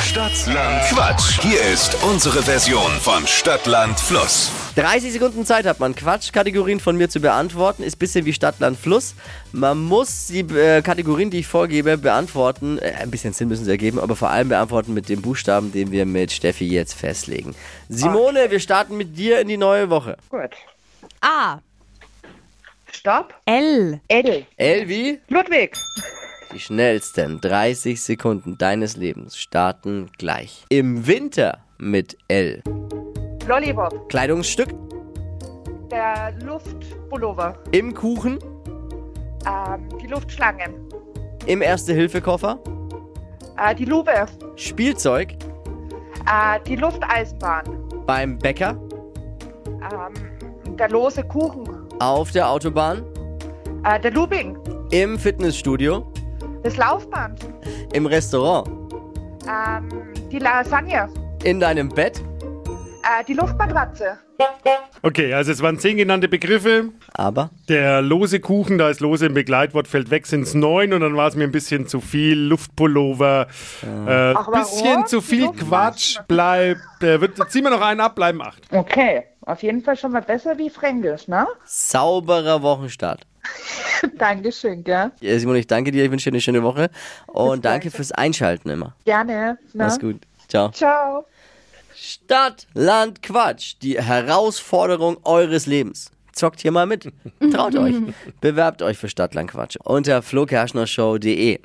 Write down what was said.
Stadtland Quatsch. Hier ist unsere Version von Stadtland Fluss. 30 Sekunden Zeit hat man, Quatschkategorien von mir zu beantworten. Ist bisschen wie Stadt, Land, Fluss. Man muss die äh, Kategorien, die ich vorgebe, beantworten. Äh, ein bisschen Sinn müssen sie ergeben, aber vor allem beantworten mit dem Buchstaben, den wir mit Steffi jetzt festlegen. Simone, wir starten mit dir in die neue Woche. Gut. A. Stopp. L. Edel. Elvi, Ludwig. die schnellsten 30 Sekunden deines Lebens starten gleich. Im Winter mit L. Lollipop. Kleidungsstück Der Luftpullover. im Kuchen, Ähm, die Luftschlange. im Erste-Hilfe-Koffer, Äh, die Lupe. Spielzeug, Äh, die Lufteisenbahn. beim Bäcker, Ähm, der lose Kuchen. auf der Autobahn, Äh, der Lubing. im Fitnessstudio, Das Laufband. im Restaurant, Ähm, die Lasagne. in deinem Bett, Äh, die Luftmatratze. Okay, also es waren zehn genannte Begriffe. aber Der lose Kuchen, da ist lose im Begleitwort, fällt weg, sind es neun und dann war es mir ein bisschen zu viel. Luftpullover, äh, Ach, warum? bisschen zu viel Luftmatratze. Quatsch, bleibt, äh, wird, ziehen wir noch einen ab, bleiben acht. Okay. Auf jeden Fall schon mal besser wie Fränkisch, ne? sauberer Wochenstart. Dankeschön, gell? Ja, Simon, ich danke dir, ich wünsche dir eine schöne Woche und danke fürs Einschalten immer. Gerne. Ne? Mach's gut. Ciao. Ciao. Stadt, Land, Quatsch. Die Herausforderung eures Lebens. Zockt hier mal mit. Traut euch. Bewerbt euch für Stadt, Land, Quatsch. Unter flokerschnershow.de.